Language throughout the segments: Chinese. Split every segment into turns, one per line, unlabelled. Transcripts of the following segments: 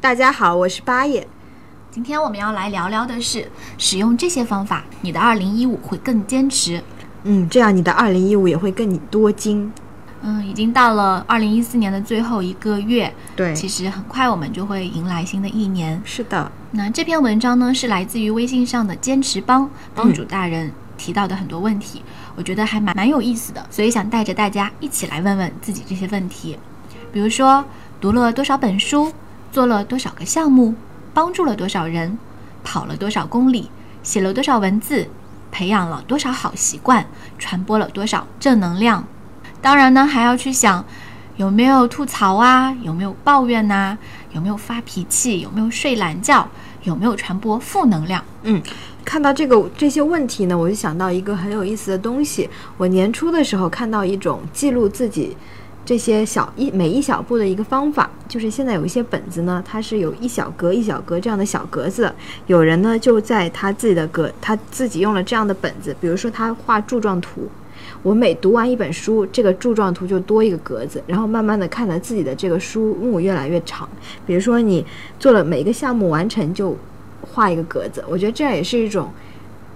大家好，我是八也。
今天我们要来聊聊的是，使用这些方法，你的二零一五会更坚持。
嗯，这样你的二零一五也会更你多金。
嗯，已经到了二零一四年的最后一个月，
对
其实很快我们就会迎来新的一年。
是的，
那这篇文章呢，是来自于微信上的坚持帮帮主大人提到的很多问题，我觉得还蛮蛮有意思的，所以想带着大家一起来问问自己这些问题，比如说读了多少本书，做了多少个项目，帮助了多少人，跑了多少公里，写了多少文字，培养了多少好习惯，传播了多少正能量。当然呢，还要去想有没有吐槽啊，有没有抱怨呐、有没有发脾气，有没有睡懒觉，有没有传播负能量。
看到这个这些问题呢，我就想到一个很有意思的东西。我年初的时候看到一种记录自己这些小一每一小步的一个方法，就是现在有一些本子呢，它是有一小格一小格这样的小格子。有人呢就在他自己的格，他自己用了这样的本子，比如说他画柱状图。我每读完一本书，这个柱状图就多一个格子，然后慢慢的看着自己的这个书目越来越长。比如说你做了每一个项目完成就画一个格子，我觉得这样也是一种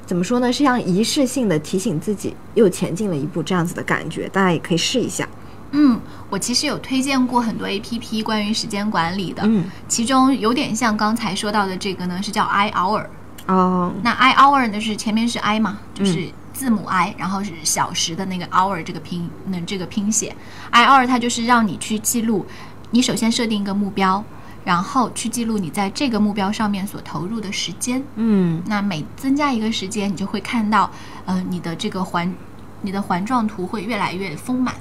怎么说呢，是像仪式性的提醒自己又前进了一步这样子的感觉，大家也可以试一下。
嗯，我其实有推荐过很多 A P P 关于时间管理的，
嗯，
其中有点像刚才说到的这个呢，是叫 I Hour。
哦，
那 I Hour 呢是前面是 I 嘛，就是字母 I，、然后是小时的那个 hour 这个拼那这个拼写。I Hour 它就是让你去记录，你首先设定一个目标，然后去记录你在这个目标上面所投入的时间。
嗯，
那每增加一个时间，你就会看到，呃，你的这个环，你的环状图会越来越丰满。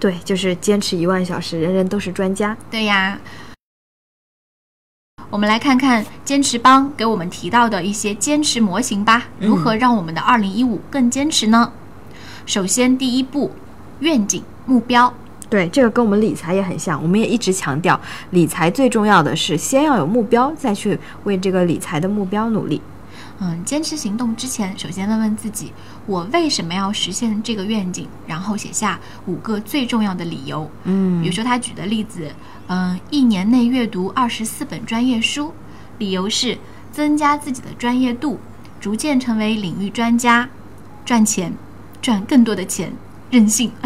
对，就是坚持一万小时，人人都是专家。
对呀。我们来看看坚持帮给我们提到的一些坚持模型吧，
嗯
如何让我们的2015更坚持呢？首先，第一步，愿景目标。
对，这个跟我们理财也很像，我们也一直强调，理财最重要的是先要有目标，再去为这个理财的目标努力。
嗯，坚持行动之前，首先问问自己，我为什么要实现这个愿景？然后写下五个最重要的理由。
嗯
比如说他举的例子，嗯、一年内阅读二十四本专业书，理由是增加自己的专业度，逐渐成为领域专家，赚钱，赚更多的钱，任性。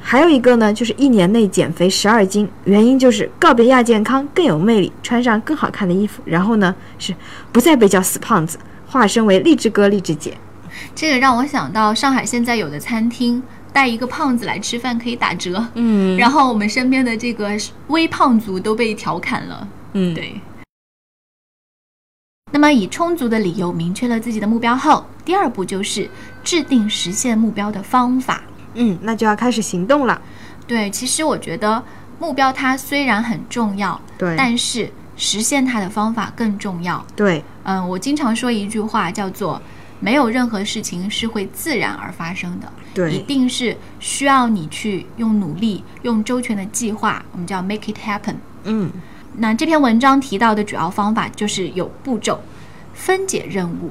还有一个呢，就是一年内减肥十二斤，原因就是告别亚健康，更有魅力，穿上更好看的衣服，然后呢是不再被叫死胖子，化身为励志哥、励志姐。
这个让我想到上海现在有的餐厅带一个胖子来吃饭可以打折，
嗯
然后我们身边的这个微胖族都被调侃了。
嗯，
对。那么，以充足的理由明确了自己的目标后，第二步就是制定实现目标的方法。
嗯，那就要开始行动了。
对，其实我觉得目标它虽然很重要，
对
但是实现它的方法更重要。
对，
嗯，我经常说一句话叫做“没有任何事情是会自然而发生的”，
对
一定是需要你去用努力、用周全的计划，我们叫 make it happen。
嗯，
那这篇文章提到的主要方法就是有步骤，分解任务，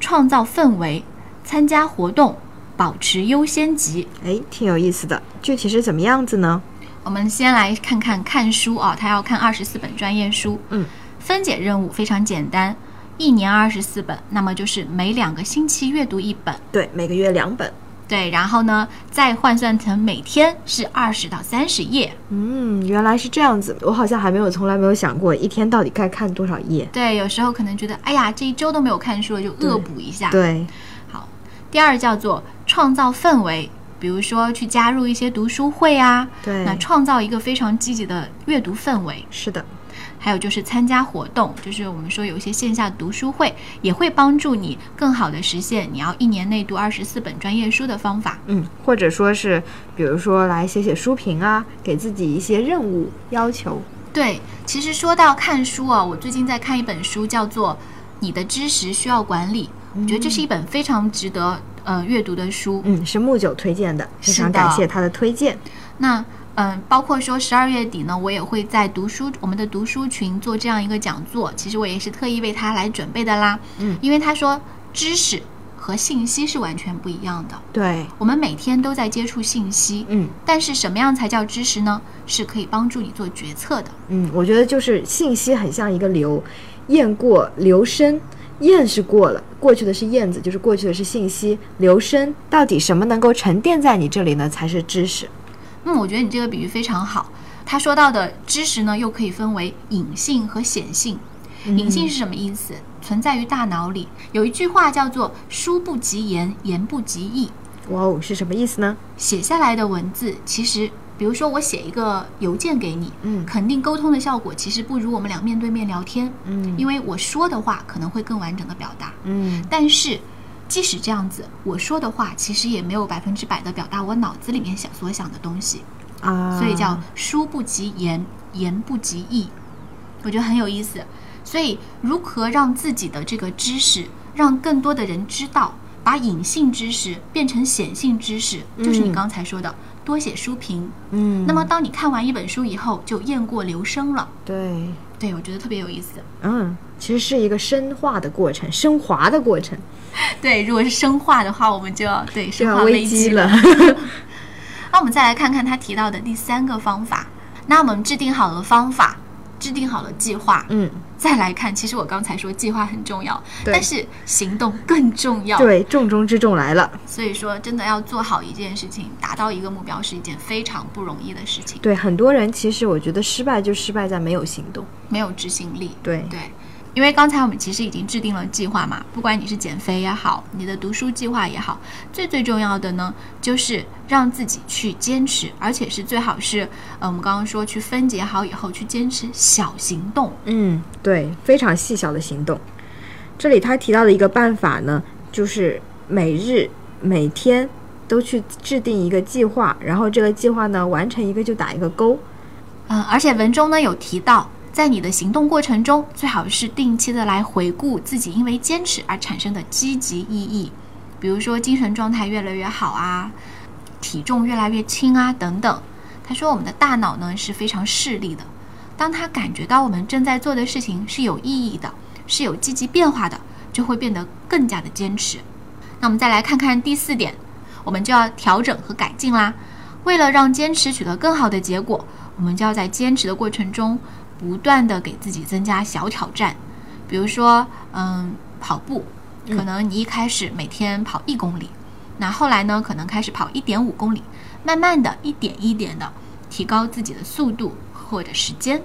创造氛围，参加活动，保持优先级。
哎，挺有意思的。具体是怎么样子呢？
我们先来看看看书啊，他要看二十四本专业书。
嗯，
分解任务非常简单，一年二十四本，那么就是每两个星期阅读一本。
对，每个月两本。
对，然后呢，再换算成每天是二十到三十页。
嗯，原来是这样子。我好像还没有从来没有想过一天到底该看多少页。
对，有时候可能觉得，哎呀，这一周都没有看书了，就恶补一下。
对，
好，第二叫做创造氛围，比如说去加入一些读书会啊，
对
那创造一个非常积极的阅读氛围。
是的，
还有就是参加活动，就是我们说有一些线下读书会，也会帮助你更好的实现你要一年内读二十四本专业书的方法。
嗯，或者说是，比如说来写写书评啊，给自己一些任务要求。
对，其实说到看书啊，我最近在看一本书，叫做《你的知识需要管理》，我觉得这是一本非常值得呃阅读的书。
嗯，是木九推荐的，非
是
常
的
感谢他的推荐。
那嗯，包括说十二月底呢，我也会在读书我们的读书群做这样一个讲座，其实我也是特意为他来准备的啦。
嗯，
因为他说知识和信息是完全不一样的，
对，
我们每天都在接触信息，
嗯
但是什么样才叫知识呢？是可以帮助你做决策的。
嗯，我觉得就是信息很像一个流，雁过留声。雁是过了，过去的是燕子，就是过去的是信息流声。到底什么能够沉淀在你这里呢？才是知识。
嗯，我觉得你这个比喻非常好。他说到的知识呢，又可以分为隐性和显性。隐性是什么意思？存在于大脑里。有一句话叫做“书不及言，言不及义
哇哦，是什么意思呢？”。
写下来的文字，其实，比如说我写一个邮件给你，
嗯
肯定沟通的效果其实不如我们俩面对面聊天，
嗯
因为我说的话可能会更完整的表达。
嗯
但是，即使这样子，我说的话其实也没有百分之百的表达我脑子里面想所想的东西。
啊，
所以叫书不及言，言不及义，我觉得很有意思。所以如何让自己的这个知识让更多的人知道，把隐性知识变成显性知识，就是你
嗯
刚才说的多写书评。
嗯，
那么当你看完一本书以后，就雁过留声了。
对，
对，我觉得特别有意思。
嗯，其实是一个深化的过程，升华的过程，
对，如果是生化的话，我们就要对
这
生
要
化
危
机
机了。
那我们再来看看他提到的第三个方法。那我们制定好了方法，制定好了计划，
嗯，
再来看，其实我刚才说计划很重要，
对
但是啊行动更重要。
对，重中之重来了。
所以说，真的要做好一件事情，达到一个目标是一件非常不容易的事情，
对，很多人其实我觉得失败就失败在没有行动。
没有执行力。
对，
对，因为刚才我们其实已经制定了计划嘛，不管你是减肥也好，你的读书计划也好，最最重要的呢，就是让自己去坚持，而且是最好是，呃，我们刚刚说去分解好以后去坚持小行动。
嗯，对，非常细小的行动。这里他提到的一个办法呢，就是每日每天都去制定一个计划，然后这个计划呢完成一个就打一个勾。
嗯，而且文中呢有提到，在你的行动过程中，最好是定期的来回顾自己因为坚持而产生的积极意义，比如说精神状态越来越好啊，体重越来越轻啊等等。他说，我们的大脑呢是非常势利的，当他感觉到我们正在做的事情是有意义的，是有积极变化的，就会变得更加的坚持。那我们再来看看第四点，我们就要调整和改进啦。为了让坚持取得更好的结果，我们就要在坚持的过程中，不断的给自己增加小挑战，比如说，嗯，跑步，
嗯
可能你一开始每天跑一公里，那后来呢，可能开始跑一点五公里，慢慢的一点一点的提高自己的速度或者时间。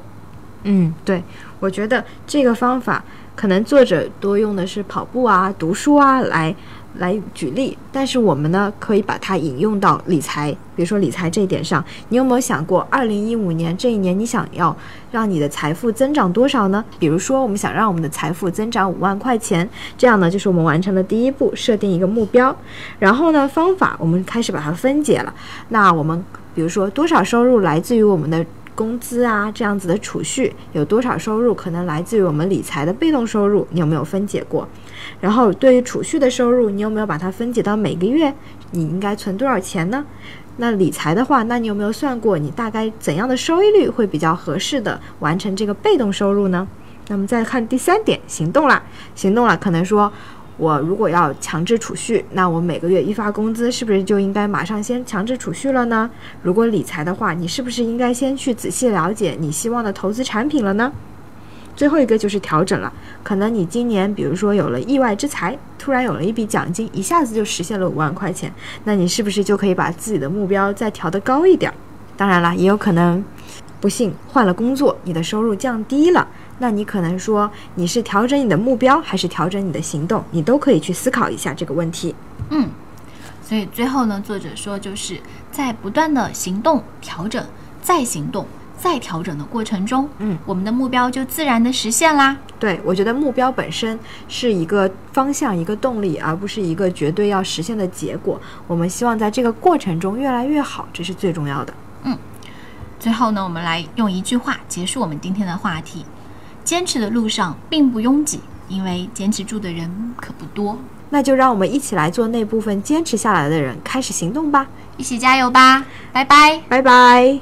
嗯，对，我觉得这个方法可能作者多用的是跑步啊、读书啊来来举例，但是我们呢可以把它引用到理财，比如说理财这一点上，你有没有想过，二零一五年这一年你想要让你的财富增长多少呢？比如说，我们想让我们的财富增长五万块钱，这样呢就是我们完成了第一步，设定一个目标，然后呢方法我们开始把它分解了，那我们比如说多少收入来自于我们的工资啊这样子的储蓄，有多少收入可能来自于我们理财的被动收入，你有没有分解过？然后对于储蓄的收入，你有没有把它分解到每个月你应该存多少钱呢？那理财的话，那你有没有算过你大概怎样的收益率会比较合适的完成这个被动收入呢？那么再看第三点，行动啦，行动啦，可能说我如果要强制储蓄，那我每个月一发工资，是不是就应该马上先强制储蓄了呢？如果理财的话，你是不是应该先去仔细了解你希望的投资产品了呢？最后一个就是调整了，可能你今年比如说有了意外之财，突然有了一笔奖金，一下子就实现了五万块钱，那你是不是就可以把自己的目标再调得高一点儿？当然啦，也有可能不幸换了工作，你的收入降低了，那你可能说你是调整你的目标，还是调整你的行动，你都可以去思考一下这个问题。
嗯，所以最后呢，作者说就是在不断的行动、调整、再行动、再调整的过程中，
嗯，
我们的目标就自然的实现啦。
对，我觉得目标本身是一个方向、一个动力，而不是一个绝对要实现的结果。我们希望在这个过程中越来越好，这是最重要的。
最后呢，我们来用一句话结束我们今天的话题：坚持的路上并不拥挤，因为坚持住的人可不多。
那就让我们一起来做那部分坚持下来的人，开始行动吧！
一起加油吧，拜拜。
拜拜。